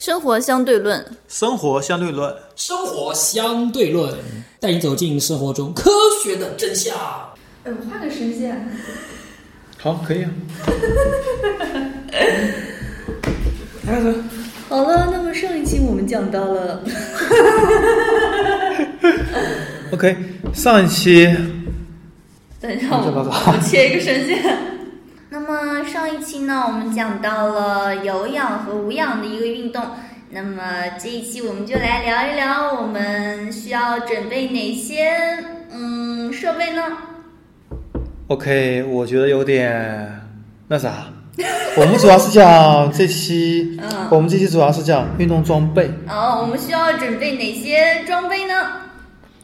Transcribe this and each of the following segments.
生活相对论，生活相对论，生活相对论，带你走进生活中科学的真相。嗯，画个时间。好，可以啊。来来来，好了，那么上一期我们讲到了 OK，上一期等一下这我个我切一个声线。 那么上一期呢，我们讲到了有氧和无氧的一个运动。那么这一期我们就来聊一聊，我们需要准备哪些嗯设备呢？ OK，我觉得有点那啥。我们主要是讲这期，嗯我们这期主要是讲运动装备。哦，我们需要准备哪些装备呢？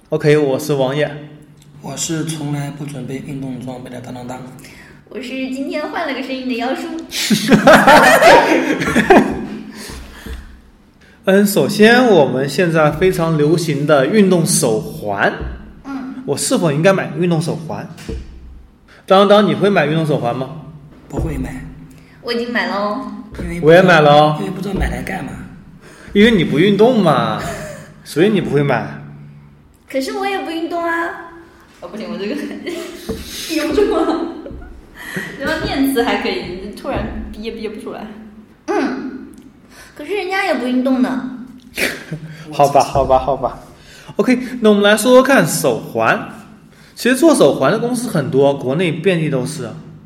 OK，我是王爷。我是从来不准备运动装备的当当当。我是今天换了个声音的妖叔。嗯，首先我们现在非常流行的运动手环，嗯，我是否应该买运动手环？当当，你会买运动手环吗？不会买，我已经买了哦。因为我也买了哦因为不知道买来干嘛。因为你不运动嘛，所以你不会买。可是我也不运动啊！哦，不行，我这个 憋不住了。 然后念词还可以，突然憋憋不出来。嗯，可是人家也不运动呢。好吧，好吧，好吧。OK，那我们来说说看手环。其实做手环的公司很多，国内遍地都是。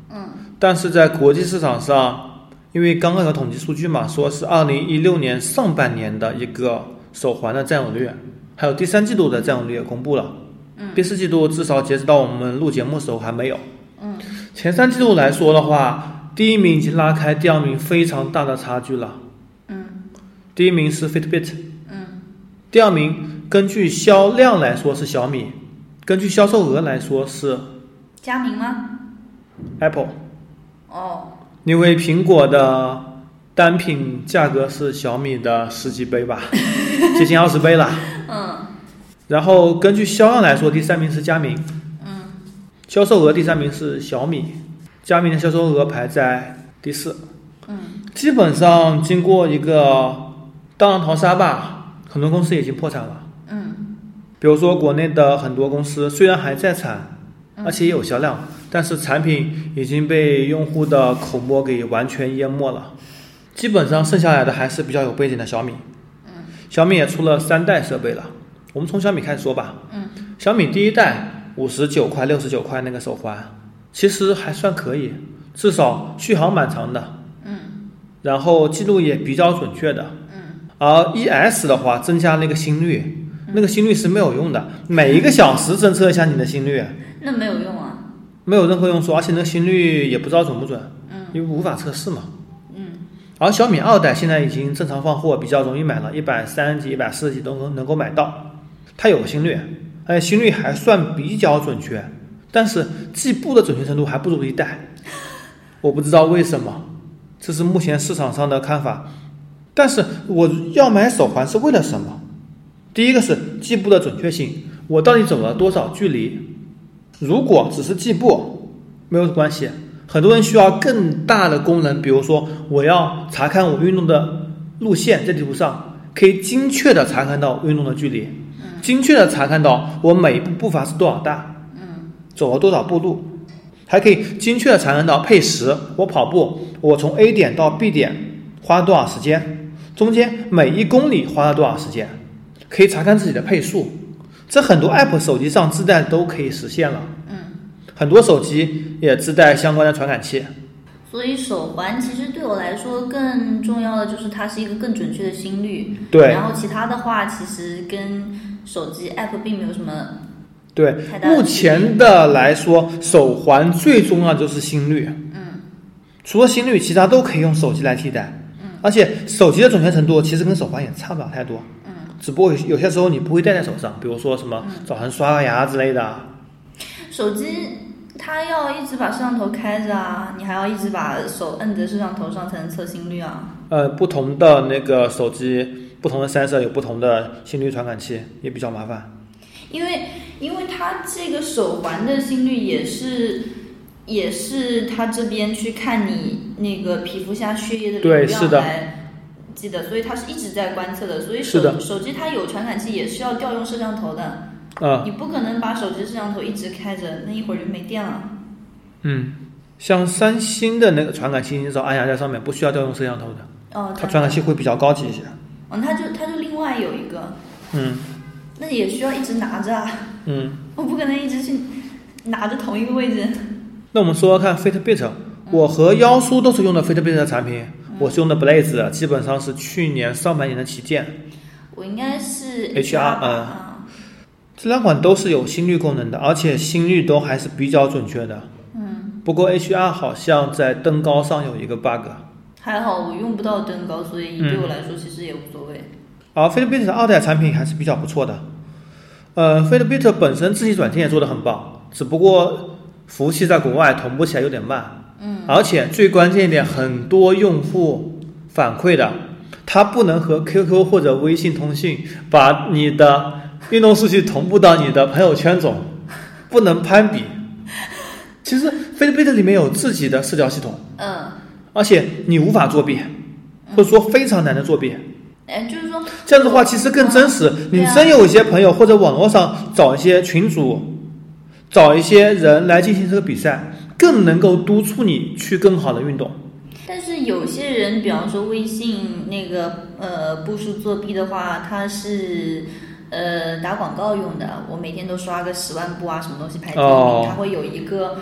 嗯但是在国际市场上，因为刚刚有统计数据嘛，说是二零一六年上半年的一个手环的占有率，还有第三季度的占有率也公布了。嗯第四季度至少截止到我们录节目的时候还没有。嗯前三季度来说的话，第一名已经拉开第二名非常大的差距了。嗯第一名是 Fitbit，嗯第二名根据销量来说是小米，根据销售额来说是佳明吗？ Apple，哦，因为苹果的单品价格是小米的十几倍 吧，接近二十倍了。嗯然后根据销量来说，第三名是佳明，嗯销售额第三名是小米，佳明的销售额排在第四。嗯基本上经过一个大浪淘沙吧，很多公司已经破产了。嗯比如说国内的很多公司虽然还在产，嗯而且也有销量，但是产品已经被用户的口沫给完全淹没了。基本上剩下来的还是比较有背景的小米。嗯小米也出了三代设备了，我们从小米开始说吧。嗯，小米第一代五十九块、六十九块那个手环，其实还算可以，至少续航蛮长的。嗯然后记录也比较准确的。嗯而 ES 的话，增加那个心率，那个心率是没有用的，每一个小时侦测一下你的心率，啊那没有用啊。没有任何用处，而且那个心率也不知道准不准，嗯因为无法测试嘛。嗯而小米二代现在已经正常放货，比较容易买了，一百三十几、一百四十几都能能够买到，它有心率，而且心率还算比较准确，但是计步的准确程度还不如一代， 我不知道为什么，这是目前市场上的看法。但是我要买手环是为了什么？第一个是计步的准确性，我到底走了多少距离？如果只是计步，没有关系。很多人需要更大的功能，比如说我要查看我运动的路线，在地图上可以精确的查看到运动的距离，精确的查看到我每一步步伐是多少大，嗯走了多少步路，还可以精确的查看到配时，我跑步，我从 A 点到 B 点花了多少时间，中间每一公里花了多少时间，可以查看自己的配速，这很多 App 手机上自带都可以实现了，嗯，很多手机也自带相关的传感器。所以手环其实对我来说更重要的就是它是一个更准确的心率。对然后其他的话，其实跟手机 app 并没有什么，对太，大的目前的来说，手环最重要的就是心率，嗯除了心率，其他都可以用手机来替代。而且手机的准确程度其实跟手环也差不了太多，嗯。只不过有有些时候你不会戴在手上，比如说什么早晨刷个牙之类的。啊手机它要一直把摄像头开着啊，你还要一直把手摁着摄像头上才能测心率啊。呃，不同的那个手机，不同的三摄有不同的心率传感器，也比较麻烦。因为因为它这个手环的心率也是也是它这边去看你那个皮肤下血液的流对量是的来记的，所以它是一直在观测的。所以是的手手机它有传感器，也是要调用摄像头的。啊、你不可能把手机摄像头一直开着，那一会儿就没电了。嗯，像三星的那个传感器，你找安雅在上面不需要调用摄像头的，哦，它传感器会比较高级一些。嗯，它就它就另外有一个，嗯那也需要一直拿着啊。嗯，我不可能一直去拿着同一个位置。那我们说说看 Fitbit，我和妖叔都是用的 Fitbit 的产品，我是用的 Blaze，基本上是去年上半年的旗舰，我应该是 HR 吧嗯啊，这两款都是有心率功能的，而且心率都还是比较准确的。嗯，不过 HR 好像在登高上有一个 bug。还好我用不到登高，所以嗯对我来说其实也无所谓。而 Fitbit 啊的二代产品还是比较不错的。呃，Fitbit 本身自己软件也做得很棒，只不过服务器在国外同步起来有点慢。嗯，而且最关键一点，很多用户反馈的，它不能和 QQ 或者微信通信，把你的运动数据同步到你的朋友圈中，不能攀比。其实 Fitbit 里面有自己的社交系统，嗯，而且你无法作弊，或者说非常难的作弊。哎，就是说这样的话其实更真实。你啊真有一些朋友或者网络上找一些群主，找一些人来进行这个比赛，更能够督促你去更好的运动。但是有些人，比方说微信那个呃步数作弊的话，它是呃打广告用的。我每天都刷个十万步啊，什么东西排第一哦名，它会有一个，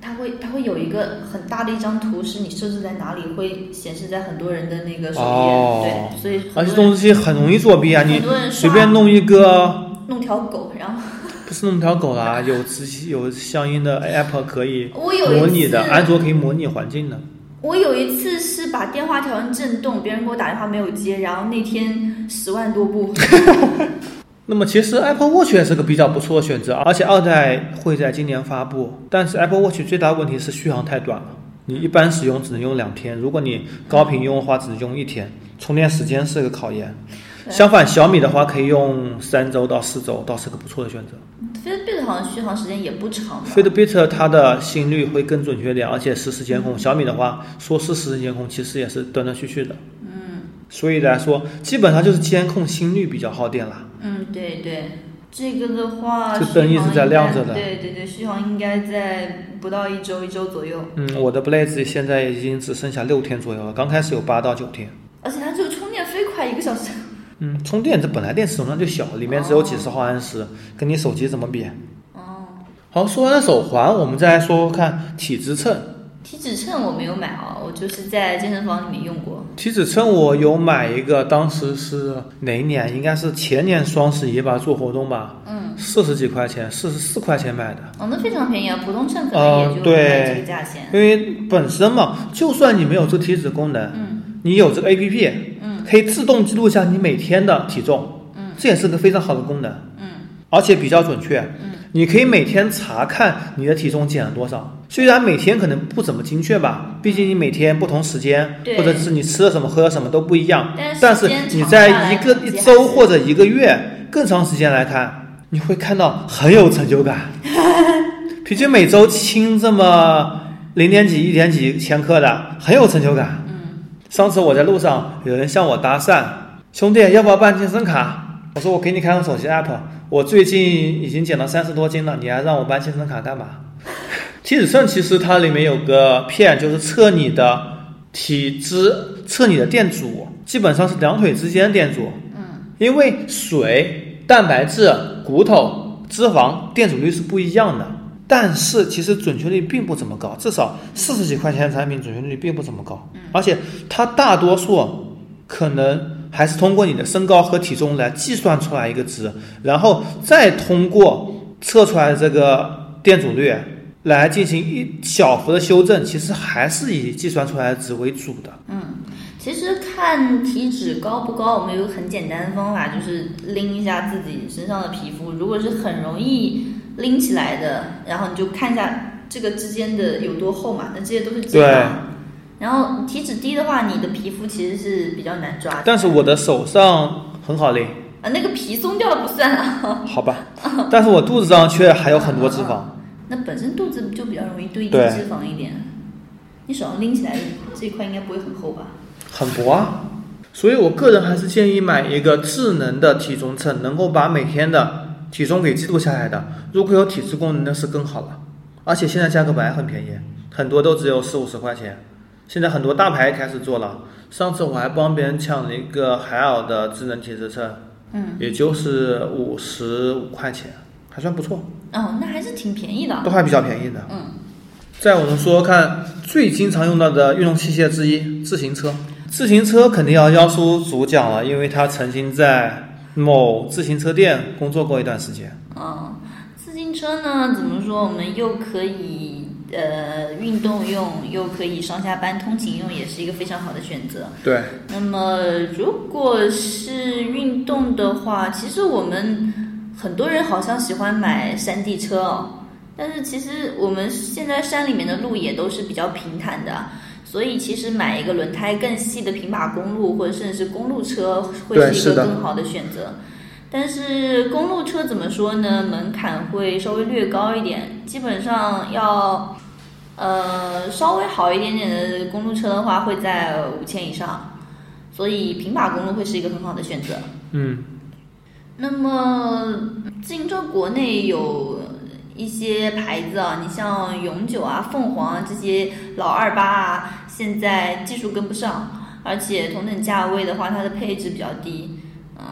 它会它会有一个很大的一张图，是你设置在哪里会显示在很多人的那个首页。哦对，所以很而且多这人种东西很容易作弊啊！很你多人随刷便弄一个，弄条狗，然后不是弄条狗啦，有直有相应的 app 可以我有一次模拟的，啊安卓可以模拟环境的。我有一次是把电话调成震动，别人给我打电话没有接，然后那天十万多步。那么其实 Apple Watch 也是个比较不错的选择，而且二代会在今年发布。但是 Apple Watch 最大的问题是续航太短了，你一般使用只能用两天，如果你高频用的话只能用一天，充电时间是个考验。对相反，小米的话可以用三周到四周，倒是个不错的选择。 Fitbit 好像续航时间也不长吧。 Fitbit 它的心率会更准确一点，而且实时监控。小米的话说是实时监控，其实也是断断续续的。嗯，所以来说，基本上就是监控心率比较耗电啦。嗯，对对，这个的话，这续灯一航直在应亮该着的对对对，续航应该在不到一周，一周左右。嗯，我的 Blaze 现在已经只剩下六天左右了，刚开始有八到九天。而且它这个充电飞快，一个小时。 嗯，充电这本来电池容量就小，里面只有几十毫安时，跟你手机怎么比？哦，好，说完了手环，我们再说说看体脂秤。体脂秤我没有买啊，我就是在健身房里面用过。体脂秤我有买一个，当时是哪一年？应该是前年双十一吧，做活动吧，嗯，四十几块钱，四十四块钱买的。哦，那非常便宜啊，普通秤可哦能也就对卖这个价钱。因为本身嘛，就算你没有这个体脂功能，嗯，你有这个 APP，嗯，可以自动记录一下你每天的体重，嗯，这也是个非常好的功能，嗯，而且比较准确，嗯，你可以每天查看你的体重减了多少，虽然每天可能不怎么精确吧，毕竟你每天不同时间对或者是你吃了什么喝了什么都不一样，但但是时间你长下在来一个自一己还周是或者一个月更长时间来看，你会看到很有成就 感。平均每周轻这么零点几、一点几千克的，很有成就感。嗯，上次我在路上有人向我搭讪，兄弟，要不要办健身卡？我说我给你看看手机 app，我最近已经减到三十多斤了，你还让我办健身卡干嘛？ 体脂秤其实它里面有个片，就是测你的体脂，测你的电阻，基本上是两腿之间的电阻。嗯，因为水、蛋白质、骨头、脂肪电阻率是不一样的，但是其实准确率并不怎么高，至少四十几块钱的产品准确率并不怎么高。而且它大多数可能。还是通过你的身高和体重来计算出来一个值，然后再通过测出来的这个电阻率来进行一小幅的修正，其实还是以计算出来的值为主的。其实看体脂高不高，我们有个很简单的方法，就是拎一下自己身上的皮肤。如果是很容易拎起来的，然后你就看一下这个之间的有多厚嘛，那这些都是脂对肪。然后体脂低的话，你的皮肤其实是比较难抓的。但是我的手上很好拎，啊，那个皮松掉了不算啊，好吧，但是我肚子上却还有很多脂肪。那本身肚子就比较容易堆积对脂肪一点。你手上拎起来这一块应该不会很厚吧？很薄啊。所以我个人还是建议买一个智能的体重秤，能够把每天的体重给记录下来的。如果有体脂功能，那是更好了。而且现在价格本来很便宜，很多都只有四五十块钱。现在很多大牌开始做了。上次我还帮别人抢了一个海尔的智能体脂秤，嗯，也就是五十五块钱，还算不错，哦，那还是挺便宜的。都还比较便宜的。嗯，再我们说说看最经常用到的运动器械之一，自行车。自行车肯定要邀出主讲了，因为他曾经在某自行车店工作过一段时间。哦，自行车呢，怎么说？我们又可以呃运动用，又可以上下班通勤用，也是一个非常好的选择。对，那么如果是运动的话，其实我们很多人好像喜欢买山地车哦，但是其实我们现在山里面的路也都是比较平坦的。所以其实买一个轮胎更细的平把公路，或者甚至是公路车，会对是一是个的更好的选择。但是公路车怎么说呢？门槛会稍微略高一点，基本上要，呃，稍微好一点点的公路车的话，会在五千以上，所以平把公路会是一个很好的选择。嗯，那么自行车国内有一些牌子啊，你像永久啊、凤凰啊这些老二八啊，现在技术跟不上，而且同等价位的话，它的配置比较低。嗯，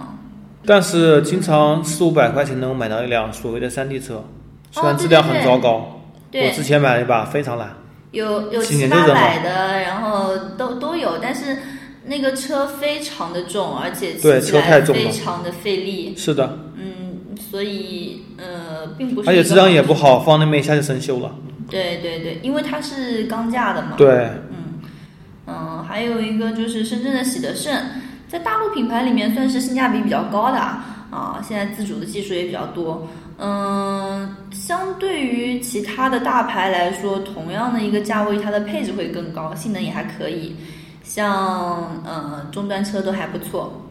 但是经常四五百块钱能够买到一辆所谓的山地车，虽哦然对质量对很对糟糕。对，我之前买了一把，非常烂。有有青七年八就这么百的，然后都都有，但是那个车非常的重，而且骑对起车来太重非了常的费力，是的，嗯，所以呃，并不是，而且质量也不，好，放那么一下就生锈了。对对对，因为它是钢架的嘛，，对，嗯嗯，还有一个就是深圳的喜德盛，在大陆品牌里面算是性价比比较高的啊，啊现在自主的技术也比较多。嗯，相对于其他的大牌来说，同样的一个价位，它的配置会更高，性能也还可以，像呃中端车都还不错。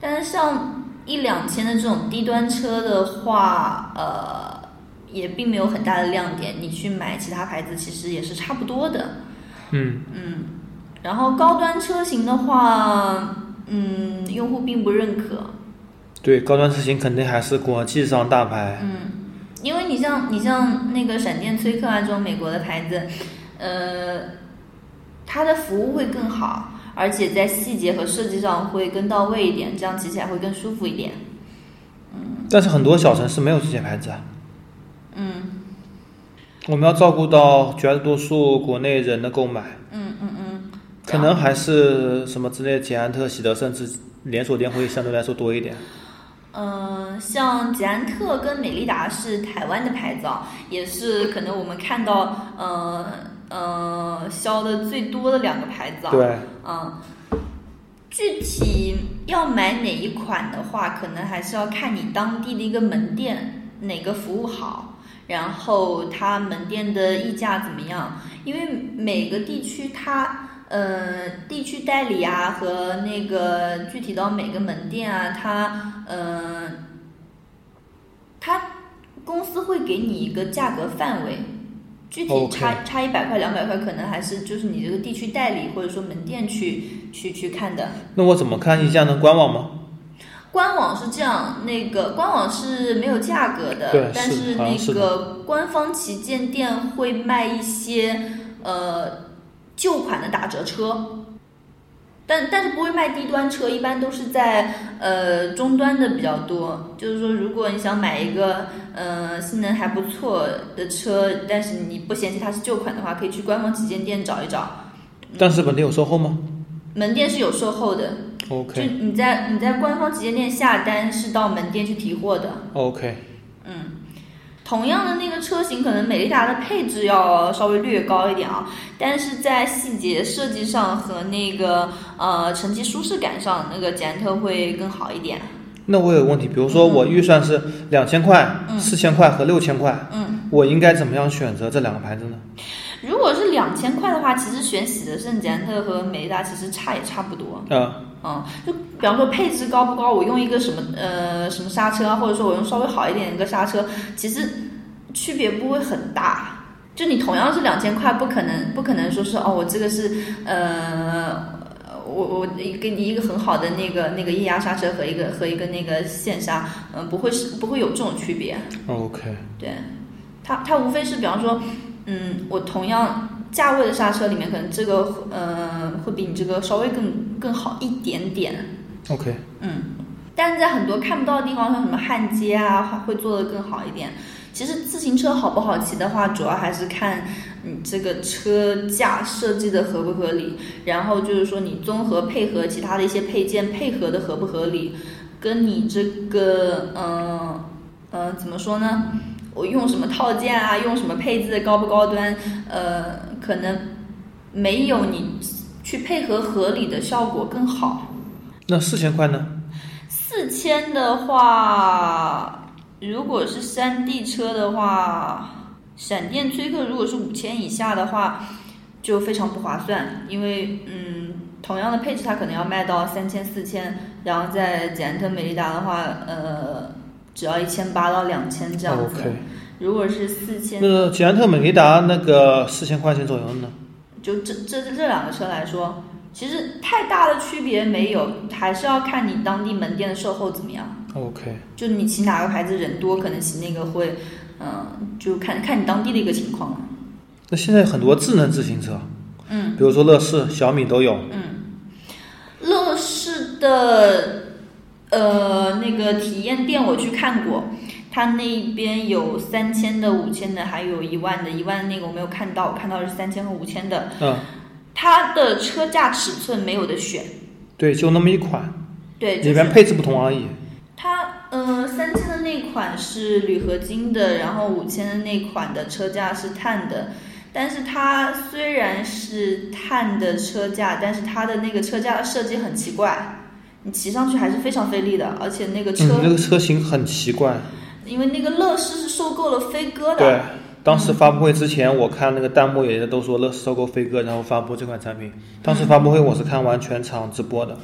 但是像一两千的这种低端车的话，呃，也并没有很大的亮点。你去买其他牌子，其实也是差不多的。嗯，嗯，然后高端车型的话，嗯，用户并不认可，对，高端车型肯定还是国际上大牌。嗯，因为你像你像那个闪电崔克啊这种美国的牌子，呃，它的服务会更好，而且在细节和设计上会更到位一点，这样骑起来会更舒服一点。但是很多小城市没有这些牌子啊。嗯我们要照顾到绝大多数国内人的购买，嗯嗯嗯，可能还是什么之类，捷安特、喜德甚至连锁店会相对来说多一点。呃，像捷安特跟美利达是台湾的牌子啊，也是可能我们看到呃呃销的最多的两个牌子啊。对，嗯，具体要买哪一款的话，可能还是要看你当地的一个门店哪个服务好，然后它门店的溢价怎么样，因为每个地区它。呃，地区代理啊和那个具体到每个门店啊，它呃，它公司会给你一个价格范围，具体 OK 差差一百块两百块，可能还是就是你这个地区代理或者说门店去去去看的。那我怎么看一下呢？官网嗯吗？官网是这样，那个官网是没有价格的对，但是好那像是个官方旗舰店会卖一些呃旧款的打折车，但但是不会卖低端车，一般都是在呃中端的比较多。就是说，如果你想买一个呃性能还不错的车，但是你不嫌弃它是旧款的话，可以去官方旗舰店找一找，但是本地有售后吗门店是有售后的。就？OK 你在你在官方旗舰店下单是到门店去提货的， OK，嗯。同样的那个车型，可能美利达的配置要稍微略高一点啊，但是在细节设计上和那个呃乘骑舒适感上，那个捷安特会更好一点。那我有个问题，比如说我预算是两千块、嗯四千块和六千块，嗯，我应该怎么样选择这两个牌子呢？如果是两千块的话，其实选喜德盛、捷安特和美利达其实差也差不多。啊、嗯，就比方说配置高不高，我用一个什么呃什么刹车啊，或者说我用稍微好一点的一个刹车，其实区别不会很大。就你同样是两千块，不可能不可能说是哦，我这个是呃。我我给你一个很好的那个那个液压刹车和一个和一个那个线刹，嗯，不会是不会有这种区别。 OK，对，它它无非是比方说，嗯，我同样价位的刹车里面，可能这个呃会比你这个稍微更更好一点点， OK，嗯，但是在很多看不到的地方，像什么焊接啊，会做的更好一点。其实自行车好不好骑的话，主要还是看你这个车架设计的合不合理，然后就是说你综合配合其他的一些配件配合的合不合理，跟你这个嗯呃怎么说呢？我用什么套件啊，用什么配置高不高端，呃，可能没有你去配合合理的效果更好。那四千块呢？四千的话，如果是山地车的话，闪电崔克如果是五千以下的话，就非常不划算，因为嗯，同样的配置它可能要卖到三千四千，然后在捷安特美利达的话，呃，只要一千八到两千这样子。哦 OK，如果是四千，那捷安特美利达那个四千块钱左右呢？就这这这这两个车来说，其实太大的区别没有，还是要看你当地门店的售后怎么样。 OK，就你骑哪个牌子人多，可能骑那个会，嗯、就看看你当地的一个情况了。那现在很多智能自行车，嗯，比如说乐视、小米都有。乐视的呃那个体验店我去看过，它那边有三千的、五千的，还有一万的，一万那个我没有看到，我看到的是三千和五千的。嗯，它的车架尺寸没有的选，对对，就那么一款，，就里是边配置不同而已。它呃三千的那款是铝合金的，然后五千的那款的车架是碳的，但是它虽然是碳的车架，但是它的那个车架的设计很奇怪，你骑上去还是非常费力的，而且那个车，嗯，那个车型很奇怪。因为那个乐视是收购了飞鸽对的，，当时发布会之前，我看那个弹幕也都说乐视收购飞鸽，然后发布这款产品。当时发布会我是看完全场直播的。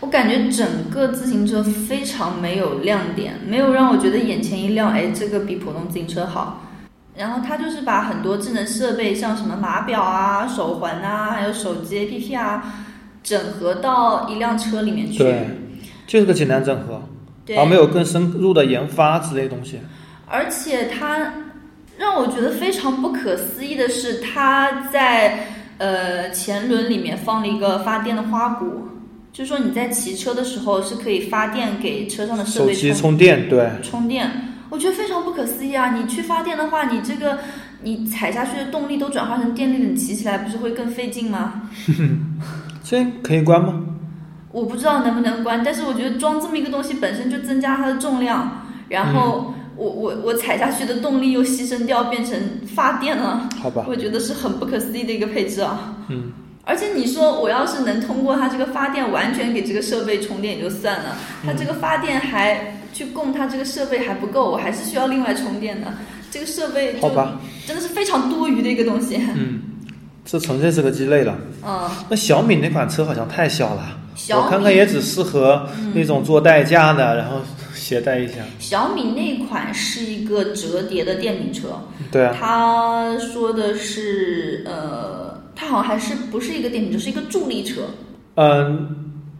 我感觉整个自行车非常没有亮点，没有让我觉得眼前一亮，哎，这个比普通自行车好。然后它就是把很多智能设备，像什么码表啊、手环啊，还有手机 APP 啊，整合到一辆车里面去。对，就是个简单整合，嗯对而没有更深入的研发之类的东西。而且它让我觉得非常不可思议的是，它在呃前轮里面放了一个发电的花鼓，就是说你在骑车的时候是可以发电给车上的设手备机充充电，对，充电，我觉得非常不可思议啊！你去发电的话，你这个你踩下去的动力都转化成电力了，你骑起来不是会更费劲吗？这可以关吗？我不知道能不能关，但是我觉得装这么一个东西本身就增加它的重量，然后我、我我踩下去的动力又牺牲掉，变成发电了，好吧，我觉得是很不可思议的一个配置啊！嗯，而且你说我要是能通过它这个发电完全给这个设备充电也就算了，嗯它这个发电还去供它这个设备还不够，我还是需要另外充电的。这个设备就好吧，真的是非常多余的一个东西。嗯，这纯粹是个鸡肋了。嗯，那小米那款车好像太小了，小我米嗯看看也只适合那种做代驾的，然后携带一下。小米那款是一个折叠的电瓶车，对啊，他说的是呃，它好像还是不是一个电瓶车，是一个助力车。嗯，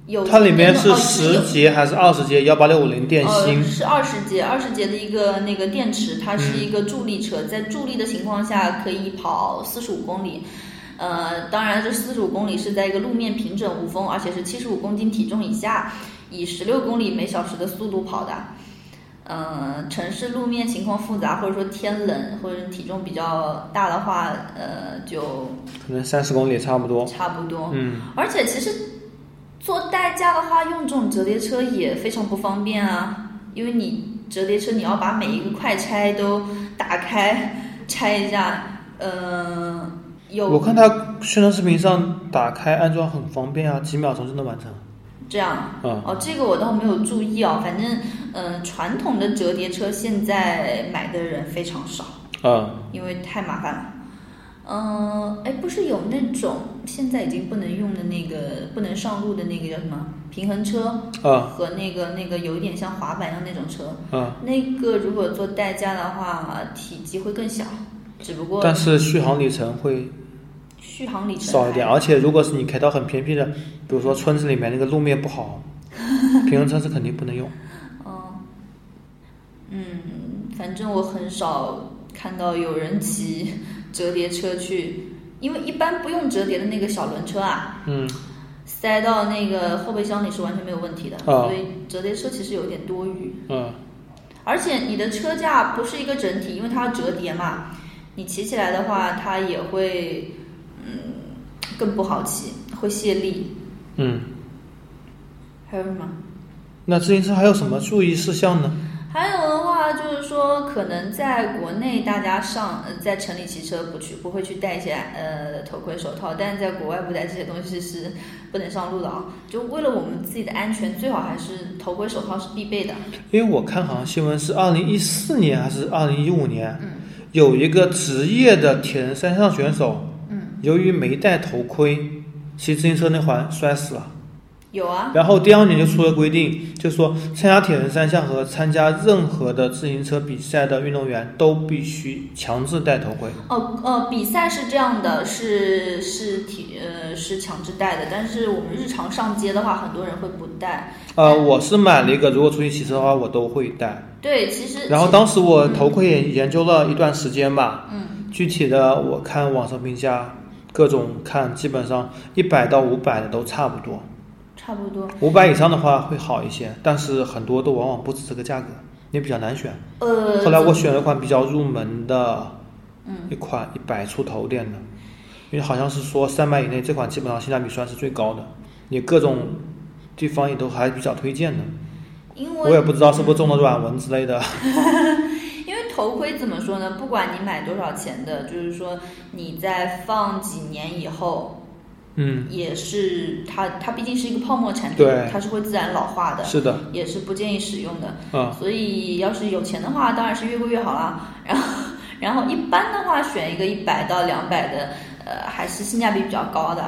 有它里面那是种哦十有节还是二十节幺八六五零电芯嗯呃、？是二十节，二十节的一个那个电池，它是一个助力车，在助力的情况下可以跑四十五公里。呃，当然这四十五公里是在一个路面平整无风，而且是七十五公斤体重以下，以十六公里每小时的速度跑的。呃，城市路面情况复杂，或者说天冷，或者体重比较大的话，呃，就可能三十公里差不多。差不多。嗯，而且其实做代驾的话，用这种折叠车也非常不方便啊，因为你折叠车你要把每一个快拆都打开拆一下，呃，我有看它宣传视频上打开安装很方便啊，几秒钟就能完成。这样。嗯，哦，这个我倒没有注意哦，反正，嗯、传统的折叠车现在买的人非常少，嗯，因为太麻烦了。嗯、哎，不是有那种现在已经不能用的那个不能上路的那个叫什么平衡车？嗯，和那个那个有一点像滑板一样那种车，嗯，那个如果做代驾的话，体积会更小，只不过但是续航里程会续航里程少一点。而且如果是你开到很偏僻的，比如说村子里面那个路面不 好，平衡车是肯定不能用。嗯，嗯，反正我很少看到有人骑折叠车去，因为一般不用折叠的那个小轮车啊，嗯，塞到那个后备箱里是完全没有问题的，啊所以折叠车其实有点多余。嗯，而且你的车架不是一个整体，因为它要折叠嘛，你骑起来的话，它也会嗯更不好骑，会泄力。嗯，还有什么？那自行车还有什么注意事项呢？还有的话就是说，可能在国内大家上呃在城里骑车不去不会去戴一些呃头盔、手套，但是在国外不戴这些东西是不能上路的啊。就为了我们自己的安全，最好还是头盔、手套是必备的。因为我看好像新闻是二零一四年还是二零一五年，有一个职业的铁人三项选手，由于没戴头盔，骑自行车那环摔死了。有啊，然后第二年就出了规定，就说参加铁人三项和参加任何的自行车比赛的运动员都必须强制戴头盔。哦呃，比赛是这样的，是是体呃是强制戴的，但是我们日常上街的话，很多人会不戴。呃，我是买了一个，如果出去骑车的话，我都会戴。对，其实然后其当时我头盔也研究了一段时间吧，嗯，具体的我看网上评价，各种看，基本上一百到五百的都差不多，差不多。五百以上的话会好一些，但是很多都往往不止这个价格，也比较难选。呃，嗯后来我选了一款比较入门的，一款一百出头点的，因为好像是说三百以内这款基本上性价比算是最高的，也各种地方也都还比较推荐的。因为我也不知道是不是中了软文之类的，嗯因为头盔怎么说呢？不管你买多少钱的，就是说你在放几年以后，嗯，也是它它毕竟是一个泡沫产品对，它是会自然老化的，是的，也是不建议使用的。嗯。所以要是有钱的话，当然是越贵越好啦。 然后然后一般的话，选一个一百到两百的，呃，还是性价比比较高的。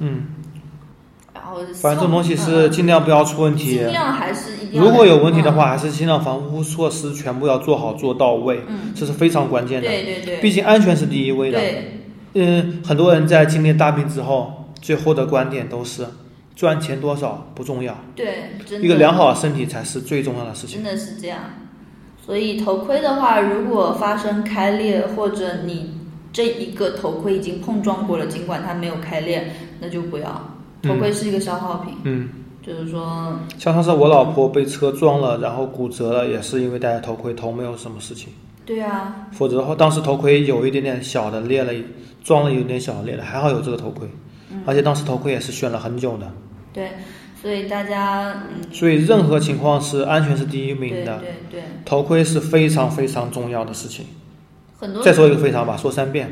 嗯，然后希望反正这种东西是嗯尽量不要出问题尽。量还是一定要如果有问题的，话，还是尽量防护措施全部要做好做到位，嗯，这是非常关键的。对对对，毕竟安全是第一位的。对嗯，很多人在经历大病之后，最后的观点都是赚钱多少不重要，对，真的一个良好的身体才是最重要的事情。真的是这样。所以头盔的话，如果发生开裂，或者你这一个头盔已经碰撞过了，尽管它没有开裂，那就不要。头盔是一个消耗品，嗯，就是说，像上次我老婆被车撞了，然后骨折了，也是因为戴着头盔，头没有什么事情。对啊，否则的话，当时头盔有一点点小的裂了，撞了有点小的裂了，还好有这个头盔，嗯而且当时头盔也是选了很久的，对，所以大家，嗯，所以任何情况是安全是第对一名的，对对，头盔是非常非常重要的事情。很多再，说一个非常吧，说三遍。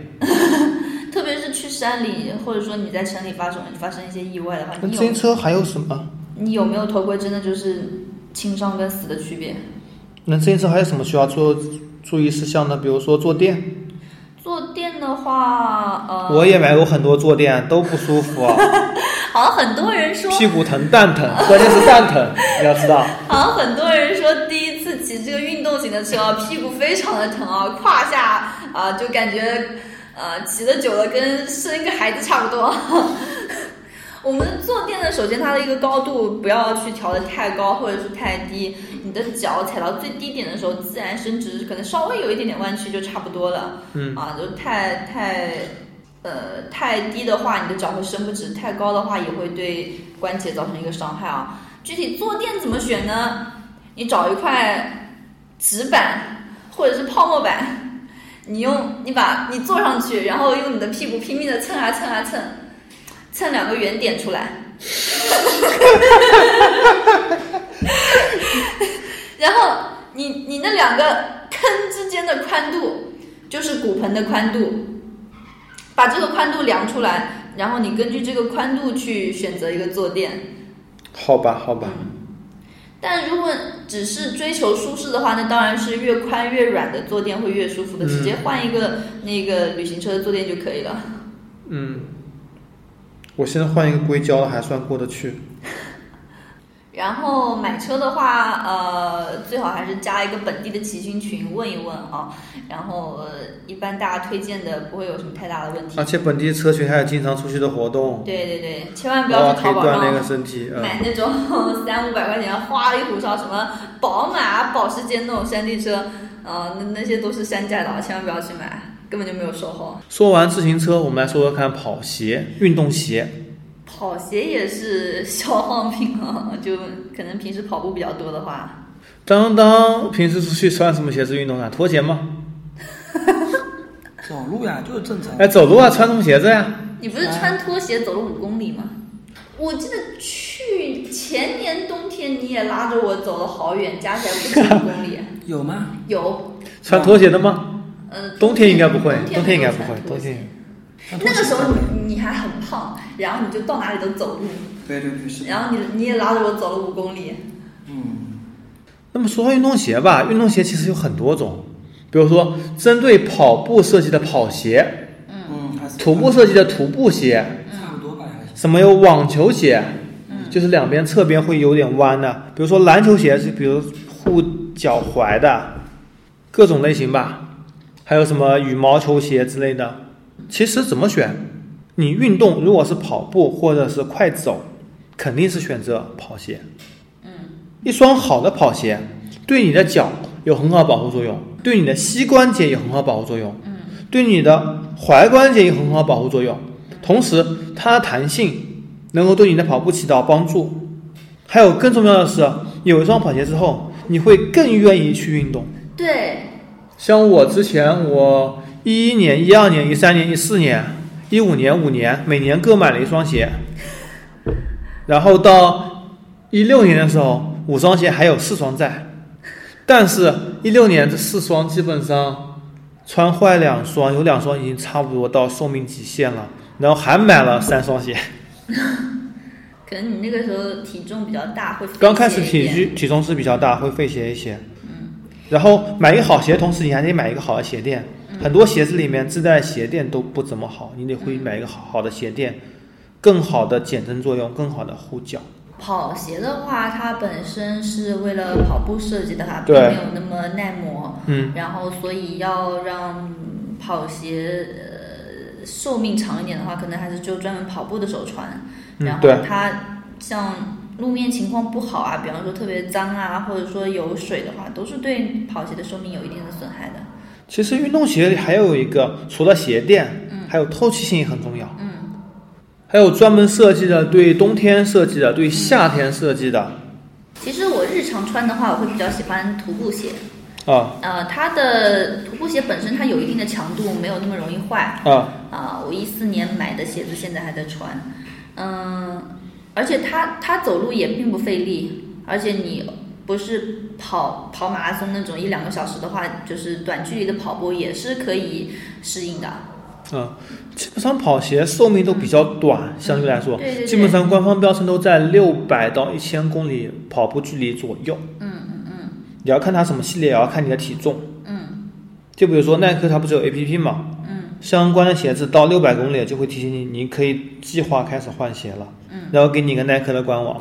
特别是去山里，或者说你在城里发生发生一些意外的话，那你自行有车还有什么？你有没有头盔，真的就是轻伤跟死的区别。那自行车还有什么需要做注意事项呢？比如说坐垫，坐垫的话，呃，我也买过很多坐垫，都不舒服啊，好像很多人 说屁股疼、蛋 疼，关键是蛋疼，你要知道。好像很多人说第一次骑这个运动型的车，屁股非常的疼啊，胯下啊、就感觉呃骑的久了跟生一个孩子差不多。 我们坐垫呢，首先它的一个高度不要去调的太高或者是太低，你的脚踩到最低点的时候，自然伸直，可能稍微有一点点弯曲就差不多了。嗯啊，就太太呃太低的话，你的脚会伸不直；太高的话，也会对关节造成一个伤害啊。具体坐垫怎么选呢？你找一块纸板或者是泡沫板，你用你把你坐上去，然后用你的屁股拼命的蹭啊蹭啊蹭，蹭两个圆点出来。 然后你你那两个坑之间的宽度就是骨盆的宽度，把这个宽度量出来，然后你根据这个宽度去选择一个坐垫。好吧，好吧，但如果只是追求舒适的话，那当然是越宽越软的坐垫会越舒服的，嗯直接换一个那个旅行车的坐垫就可以了。嗯，我现在换一个硅胶的还算过得去。然后买车的话，呃，最好还是加一个本地的骑行群问一问啊。然后呃一般大家推荐的不会有什么太大的问题而。且本地车群还有经常出去的活动，对对对，千万不哇，要去可以淘宝锻炼个上身体。嗯，买那种 三五百块钱花里胡哨什么宝马、保时捷那种山地车，呃，那那些都是山寨的，啊千万不要去买，根本就没有售后。说完自行车，我们来说说看跑鞋，运动鞋。跑鞋也是消耗品啊，就可能平时跑步比较多的话，当当，平时出去穿什么鞋子运动啊？拖鞋吗？走路呀，就是正常。哎，走路啊，穿什么鞋子呀、你不是穿拖鞋走了五公里吗？我记得去前年冬天你也拉着我走了好远，加起来不止五公里。有吗？ 有，穿拖鞋的吗？呃，冬天应该不会冬冬天应该没有不会穿拖冬天鞋像拖那鞋个时候你你还很胖，然后你就到哪里都走路，对对对是的。然后你你也拉着我走了五公里。嗯，那么说到运动鞋吧，运动鞋其实有很多种，比如说针对跑步设计的跑鞋，嗯，还是徒步设计的徒步鞋，差不多吧，还是什么有网球鞋，嗯就是两边侧边会有点弯的、比如说篮球鞋是比如护脚踝的，各种类型吧，还有什么羽毛球鞋之类的。其实怎么选，你运动如果是跑步或者是快走，肯定是选择跑鞋。嗯，一双好的跑鞋对你的脚有很好保护作用，对你的膝关节有很好保护作用，嗯，对你的踝关节有很好保护作用。同时，它的弹性能够对你的跑步起到帮助。还有更重要的是，有一双跑鞋之后，你会更愿意去运动。对，像我之前，我一一年、一二年、一三年、一四年、一五年、五年，每年各买了一双鞋，然后到一六年的时候，五双鞋还有四双在，但是一六年这四双基本上穿坏两双，有两双已经差不多到寿命极限了，然后还买了三双鞋。可能你那个时候体重比较大，会刚开始费鞋一体点积体重是比较大，会费鞋一些。然后买一个好鞋，同时你还得买一个好的鞋垫。很多鞋子里面自带鞋垫都不怎么好，你得会买一个好好的鞋垫，更好的减震作用，更好的护脚。跑鞋的话，它本身是为了跑步设计的，它并对没有那么耐磨，嗯，然后所以要让跑鞋呃寿命长一点的话，可能还是就专门跑步的时候穿。嗯然后对它像路面情况不好啊，比方说特别脏啊，或者说有水的话，都是对跑鞋的寿命有一定的损害的。其实运动鞋还有一个，除了鞋垫，还有透气性也很重要。嗯，还有专门设计的，对冬天设计的，对夏天设计的其实我日常穿的话，我会比较喜欢徒步鞋。啊呃，它的徒步鞋本身它有一定的强度，没有那么容易坏。啊，啊，我一四年买的鞋子现在还在穿，嗯，而且它它走路也并不费力，而且你不是跑跑马拉松那种一两个小时的话，就是短距离的跑步也是可以适应的。嗯，基本上跑鞋寿命都比较短，相对来说，对对对基本上官方标称都在六百到一千公里跑步距离左右。嗯嗯嗯，也要看它什么系列，也要看你的体重。嗯就比如说耐克，它不是有 APP 嘛？嗯相关的鞋子到六百公里就会提醒你，你可以计划开始换鞋了。嗯，然后给你一个耐克的 官网。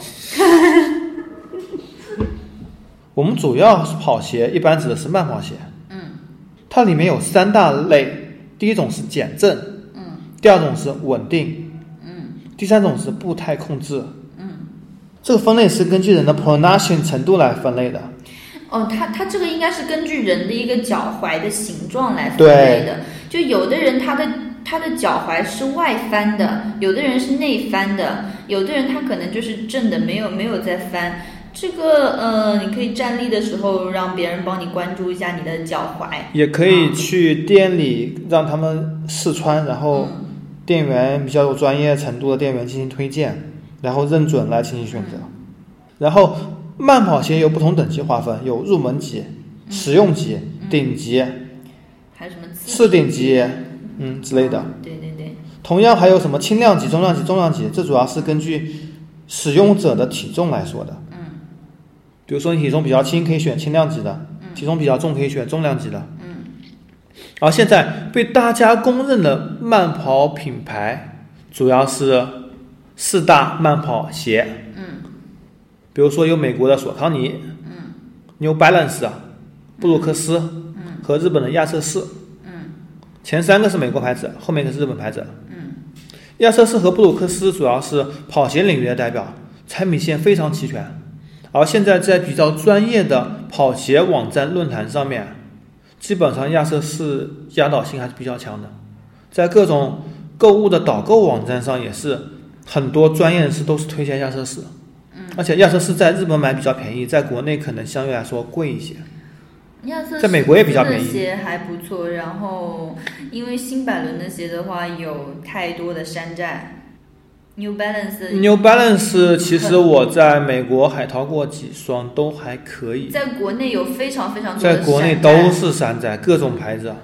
我们主要是跑鞋，一般指的是慢跑鞋。嗯它里面有三大类，第一种是减震，嗯第二种是稳定，嗯第三种是步态控制。嗯。这个分类是根据人的 pronation 程度来分类的。哦，它它这个应该是根据人的一个脚踝的形状来分对类的，就有的人他的他的脚踝是外翻的，有的人是内翻的，有的人他可能就是正的，没有没有在翻。这个呃，你可以站立的时候让别人帮你关注一下你的脚踝，也可以去店里让他们试穿，然后店员比较有专业程度的店员进行推荐，然后认准来进行选择。然后慢跑鞋有不同等级划分，有入门级、实用级、顶级、嗯还有什么刺次顶级，嗯之类的。对对对，同样还有什么轻量级、中量级、重量级，这主要是根据使用者的体重来说的。嗯，比如说你体重比较轻，可以选轻量级的；体重比较重，可以选重量级的。嗯，而现在被大家公认的慢跑品牌主要是四大慢跑鞋。嗯，比如说有美国的索康尼，New Balance 啊，布鲁克斯，和日本的亚瑟士，前三个是美国牌子，后面一个是日本牌子，亚瑟士和布鲁克斯主要是跑鞋领域的代表，产品线非常齐全，而现在在比较专业的跑鞋网站论坛上面，基本上亚瑟士压倒性还是比较强的，在各种购物的导购网站上也是很多专业人士都是推荐亚瑟士。而且亚瑟士在日本买比较便宜，在国内可能相对来说贵一些。亚瑟士在美国也比较便宜的鞋还不错，然后因为新百伦的鞋的话有太多的山寨，New Balance 的 New Balance 其实我在美国海淘过几双，都还可以，在国内有非常非常多的在山寨，国内都是山寨，各种牌子。啊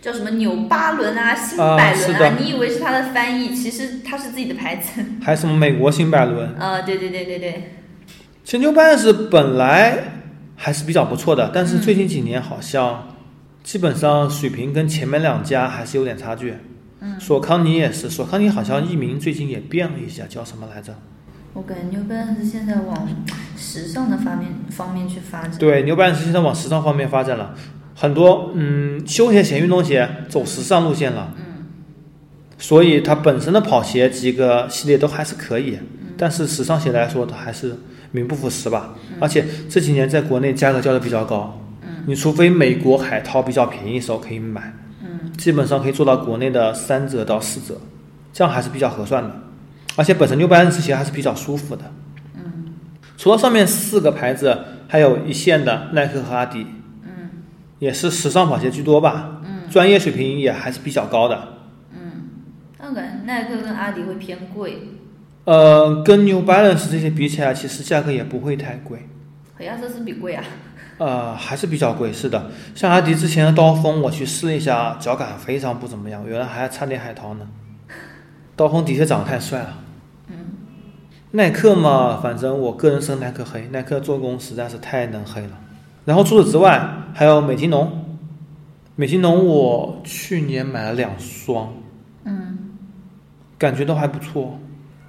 叫什么纽巴伦啊、新百伦啊是的你以为是它的翻译，其实它是自己的牌 子。还什么美国新百伦。啊，对对对对对，其实 New Balance 本来还是比较不错的，但是最嗯近几年好像基本上水平跟前面两家还是有点差距。嗯索康尼也是，索康尼好像译名最近也变了一下，叫什么来着？我感觉 New Balance 现在往时尚的方面方面去发展。对，牛百是现在往时尚方面发展了，很多嗯休闲鞋、运动鞋走时尚路线了。嗯。所以它本身的跑鞋几个系列都还是可以，但是时尚鞋来说，它还是名不副实吧。而且这几年在国内价格交的比较高。嗯。你除非美国海淘比较便宜的时候可以买。嗯。基本上可以做到国内的三折到四折，这样还是比较合算的。而且本身牛百恩鞋还是比较舒服的。嗯除了上面四个牌子，还有一线的耐克和阿迪，嗯，也是时尚跑鞋居多吧，嗯，专业水平也还是比较高的。那我感觉耐克跟阿迪会偏贵，呃，跟 New Balance 这些比起来，其实价格也不会太贵，和亚瑟士比贵啊。呃，还是比较贵，是的。像阿迪之前的刀锋，我去试了一下，脚感非常不怎么样，原来还差点海淘呢。刀锋的确长得太帅了。嗯耐克嘛，反正我个人是耐克黑，耐克做工实在是太能黑了。然后除此之外，还有美津浓，美津浓我去年买了两双，嗯，感觉都还不错，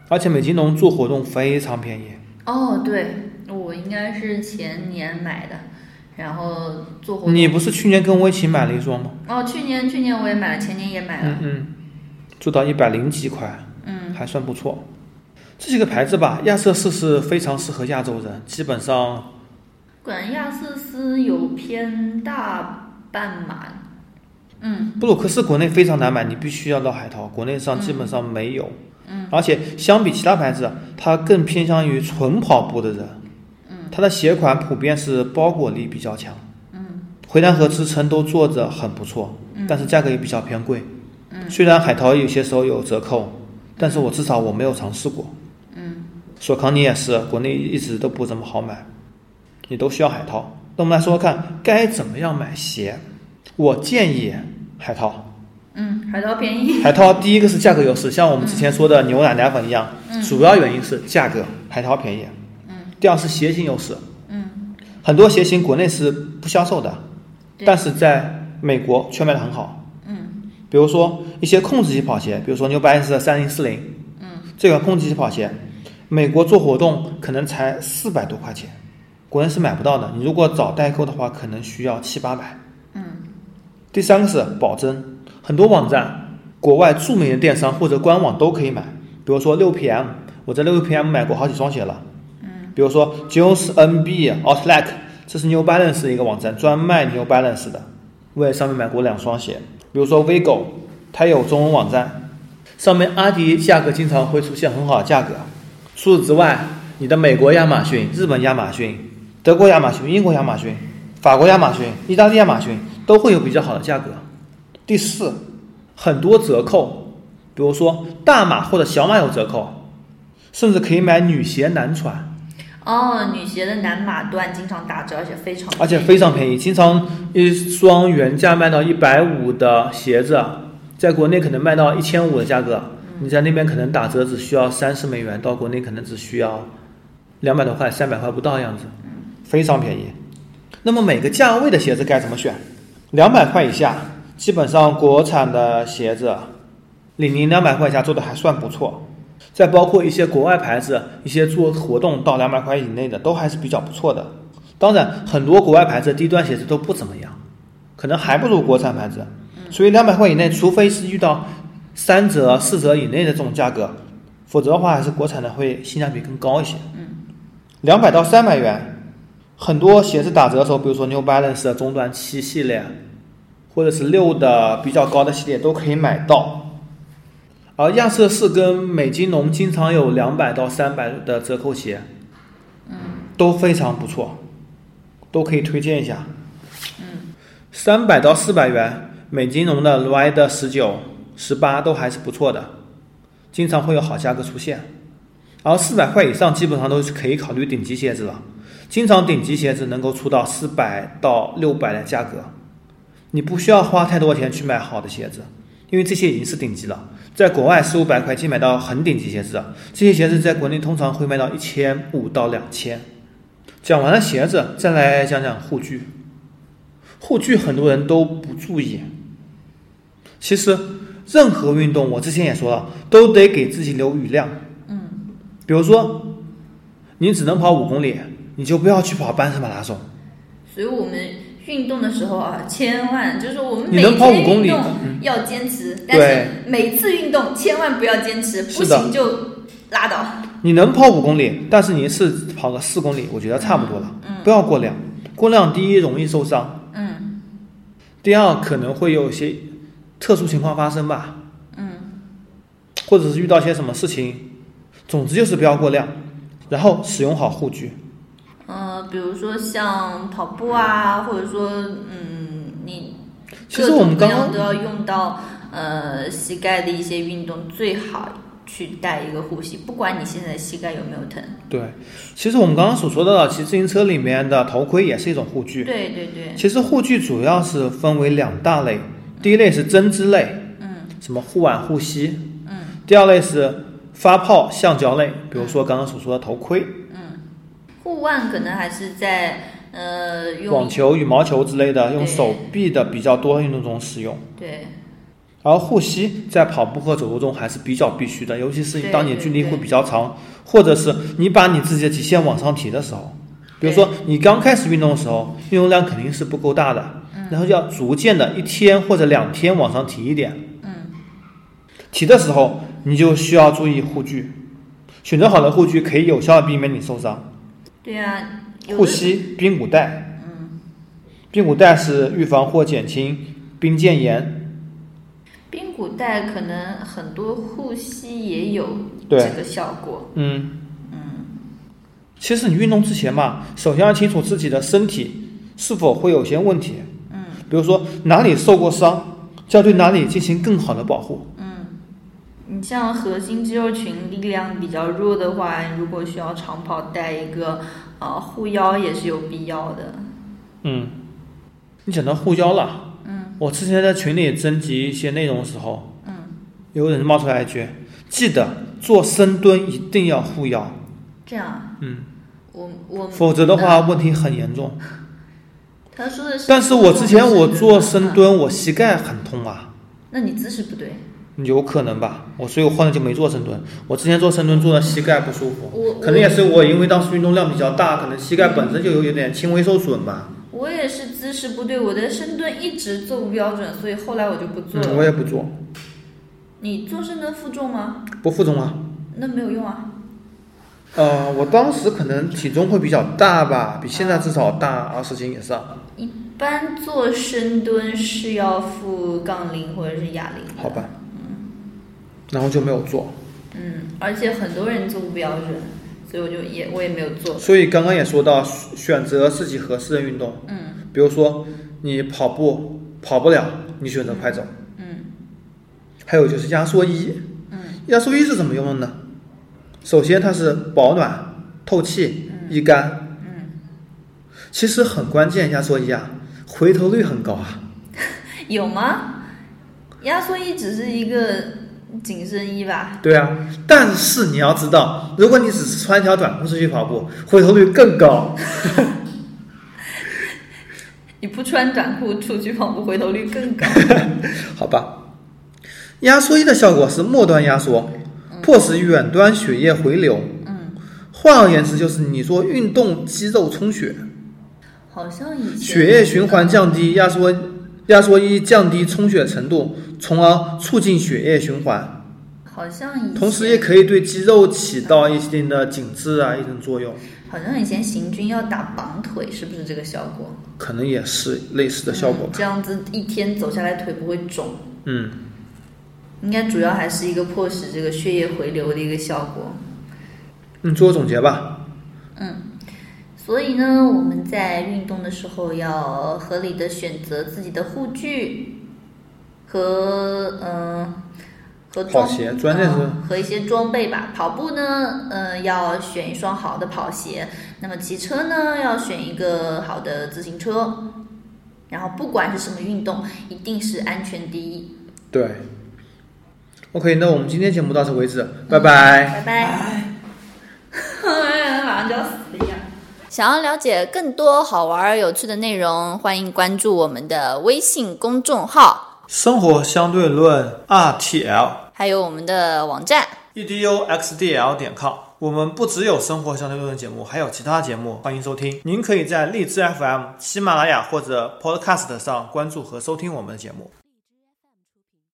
而且美津浓做活动非常便宜。哦，对，我应该是前年买的，然后做活动。你不是去年跟我一起买了一双吗？哦，去年去年我也买了，前年也买嗯了。嗯，做到一百零几块。嗯，还算不错。这几个牌子吧，亚瑟士是非常适合亚洲人，基本上管亚瑟士有偏大半码。嗯，布鲁克斯国内非常难买，你必须要到海淘，国内上基本上没有。嗯，而且相比其他牌子，它更偏向于纯跑步的人。嗯，它的鞋款普遍是包裹力比较强。嗯，回弹和支撑都做着很不错，但是价格也比较偏贵。嗯，虽然海淘有些时候有折扣，但是我至少我没有尝试过。嗯，索康尼也是，国内一直都不怎么好买，也都需要海淘。那我们来说说看该怎么样买鞋。我建议海淘，嗯，海淘便宜。海淘第一个是价格优势，像我们之前说的牛奶、奶粉一样，主要原因是价格，海淘便宜。第二是鞋型优势，很多鞋型国内是不销售的，对但是在美国却卖的很好。比如说一些控制级跑鞋，比如说 New Balance 的三零四零，这款控制级跑鞋，美国做活动可能才四百多块钱，国内是买不到的。你如果找代购的话，可能需要七八百。第三个是保真，很多网站，国外著名的电商或者官网都可以买，比如说六 PM，我在六 PM 买过好几双鞋了。嗯，比如说 Jones NB、Outlet，这是 New Balance 的一个网站，专卖 New Balance 的，我也上面买过两双鞋。比如说 Vigo，它有中文网站，上面阿迪价格经常会出现很好的价格。除此之外，你的美国亚马逊、日本亚马逊、德国亚马逊、英国亚马逊、法国亚马逊、意大利亚马逊都会有比较好的价格。第四，很多折扣，比如说大码或者小码有折扣，甚至可以买女鞋男穿，哦，女鞋的男码段经常打折，而且非常而且便宜非常便宜。经常一双原价卖到一百五的鞋子，啊在国内可能卖到一千五的价格，啊嗯你在那边可能打折只需要三十美元，到国内可能只需要两百多块、三百块不到的样子，非常便宜。那么每个价位的鞋子该怎么选？两百块以下，啊基本上国产的鞋子，李宁两百块以下做的还算不错。再包括一些国外牌子，一些做活动到两百块以内的都还是比较不错的。当然，很多国外牌子低端鞋子都不怎么样，可能还不如国产牌子。所以两百块以内，除非是遇到三折、四折以内的这种价格，否则的话还是国产的会性价比更高一些。嗯，两百到三百元，很多鞋子打折的时候，比如说 New Balance 的中端七系列，或者是六的比较高的系列都可以买到。而亚瑟士跟美津浓经常有两百到三百的折扣鞋，嗯，都非常不错，都可以推荐一下。嗯，三百到四百元，美津浓的 Y 的十九、十八都还是不错的，经常会有好价格出现。而四百块以上基本上都是可以考虑顶级鞋子了，经常顶级鞋子能够出到四百到六百的价格，你不需要花太多钱去买好的鞋子，因为这些已经是顶级了。在国外四五百块钱买到很顶级鞋子的，这些鞋子在国内通常会卖到一千五到两千。讲完了鞋子，再来讲讲护具。护具很多人都不注意。其实任何运动，我之前也说了，都得给自己留余量。嗯比如说，你只能跑五公里，你就不要去跑半程马拉松。所以我们运动的时候啊，千万就是我们你每能跑天五公里运动嗯要坚持，但是每次运动千万不要坚持，不是的行就拉倒。你能跑五公里，但是你一次跑个四公里，我觉得差不多了，不要过量。过量第一容易受伤，嗯第二可能会有一些特殊情况发生吧，嗯或者是遇到一些什么事情。总之就是不要过量，然后使用好护具。呃，比如说像跑步啊，或者说嗯，你其实我们各刚种各样刚都要用到呃膝盖的一些运动，最好去带一个护膝，不管你现在膝盖有没有疼。对，其实我们刚刚所说的，其实自行车里面的头盔也是一种护具。对对对，其实护具主要是分为两大类，第一类是针织类，嗯，什么护腕、护膝，嗯，第二类是发泡橡胶类，比如说刚刚所说的头盔、护腕可能还是在呃用网球、羽毛球之类的用对手臂的比较多的运动中使用。对而护膝在跑步和走路中还是比较必须的，尤其是对当你对距离对会比较长，或者是你把你自己的极限往上提的时候，比对如说你刚开始运动的时候，运动量肯定是不够大的，嗯然后要逐渐的一天或者两天往上提一点。嗯提的时候你就需要注意护具，选择好的护具可以有效的避免你受伤。对啊，有护的嗯膝、髌骨带，髌骨带是预防或减轻髌腱炎，髌骨带可能很多护膝也有这对。个效果。嗯，其实你运动之前嘛，首先要清楚自己的身体是否会有些问题。嗯，比如说哪里受过伤，就要对哪里进行更好的保护。你像核心肌肉群力量比较弱的话，如果需要长跑带一个呃护腰也是有必要的。嗯，你讲到护腰了。嗯，我之前在群里征集一些内容的时候，嗯，有人冒出来一句：记得做深蹲一定要护腰，这样，嗯，我我否则的话问题很严重。他说的是，啊但是我之前我做深，蹲，我膝盖很痛啊。那你姿势不对。有可能吧，我所以我后来就没做深蹲。我之前做深蹲做的膝盖不舒我服，可能也是我因为当时运动量比较大，可能膝盖本身就有有点轻微受损吧。我也是姿势不对，我的深蹲一直做不标准，所以后来我就不做嗯，了。我也不做，你做深蹲负重吗？不负重啊。那没有用啊。呃，我当时可能体重会比较大吧，比现在至少大二十斤以上，一般做深蹲是要负杠铃或者是哑铃的。好吧。然后就没有做，嗯，而且很多人做不标准，所以我就也我也没有做。所以刚刚也说到选择自己合适的运动，嗯比如说你跑步跑不了，你选择快走，嗯还有就是压缩衣，嗯压缩衣是怎么用的呢？首先它是保暖、透气、易干，嗯，其实很关键。压缩衣啊，回头率很高啊。 有吗？压缩衣只是一个紧身衣吧？对啊，但是你要知道，如果你只是穿一条短裤出去跑步，回头率更高。你不穿短裤出去跑步，回头率 更高。好吧，压缩衣的效果是末端压缩，迫使远端血液回流。嗯，换而言之，就是你说运动肌肉充血，好像以前血液循环降低，压缩压缩一降低充血程度，从而促进血液循环，好像以前同时也可以对肌肉起到一定的紧致啊一定作用，好像以前行军要打绑腿，是不是这个效果？可能也是类似的效果嗯吧。这样子一天走下来腿不会肿，嗯，应该主要还是一个迫使这个血液回流的一个效果。你做个总结吧。所以呢，我们在运动的时候要合理的选择自己的护具和嗯、呃和装跑鞋专业是嗯和一些装备吧。跑步呢，呃，要选一双好的跑鞋。那么骑车呢，要选一个好的自行车。然后不管是什么运动，一定是安全第一。对。OK，那我们今天节目到此为止，拜拜拜。拜。 马上就要死一样。想要了解更多好玩儿有趣的内容，欢迎关注我们的微信公众号，生活相对论 RTL 还有我们的网站。E eduxdl 点 com。我们不只有生活相对论节目，还有其他节目，欢迎收听。您可以在荔枝 FM、喜马拉雅或者 Podcast 上关注和收听我们的节目。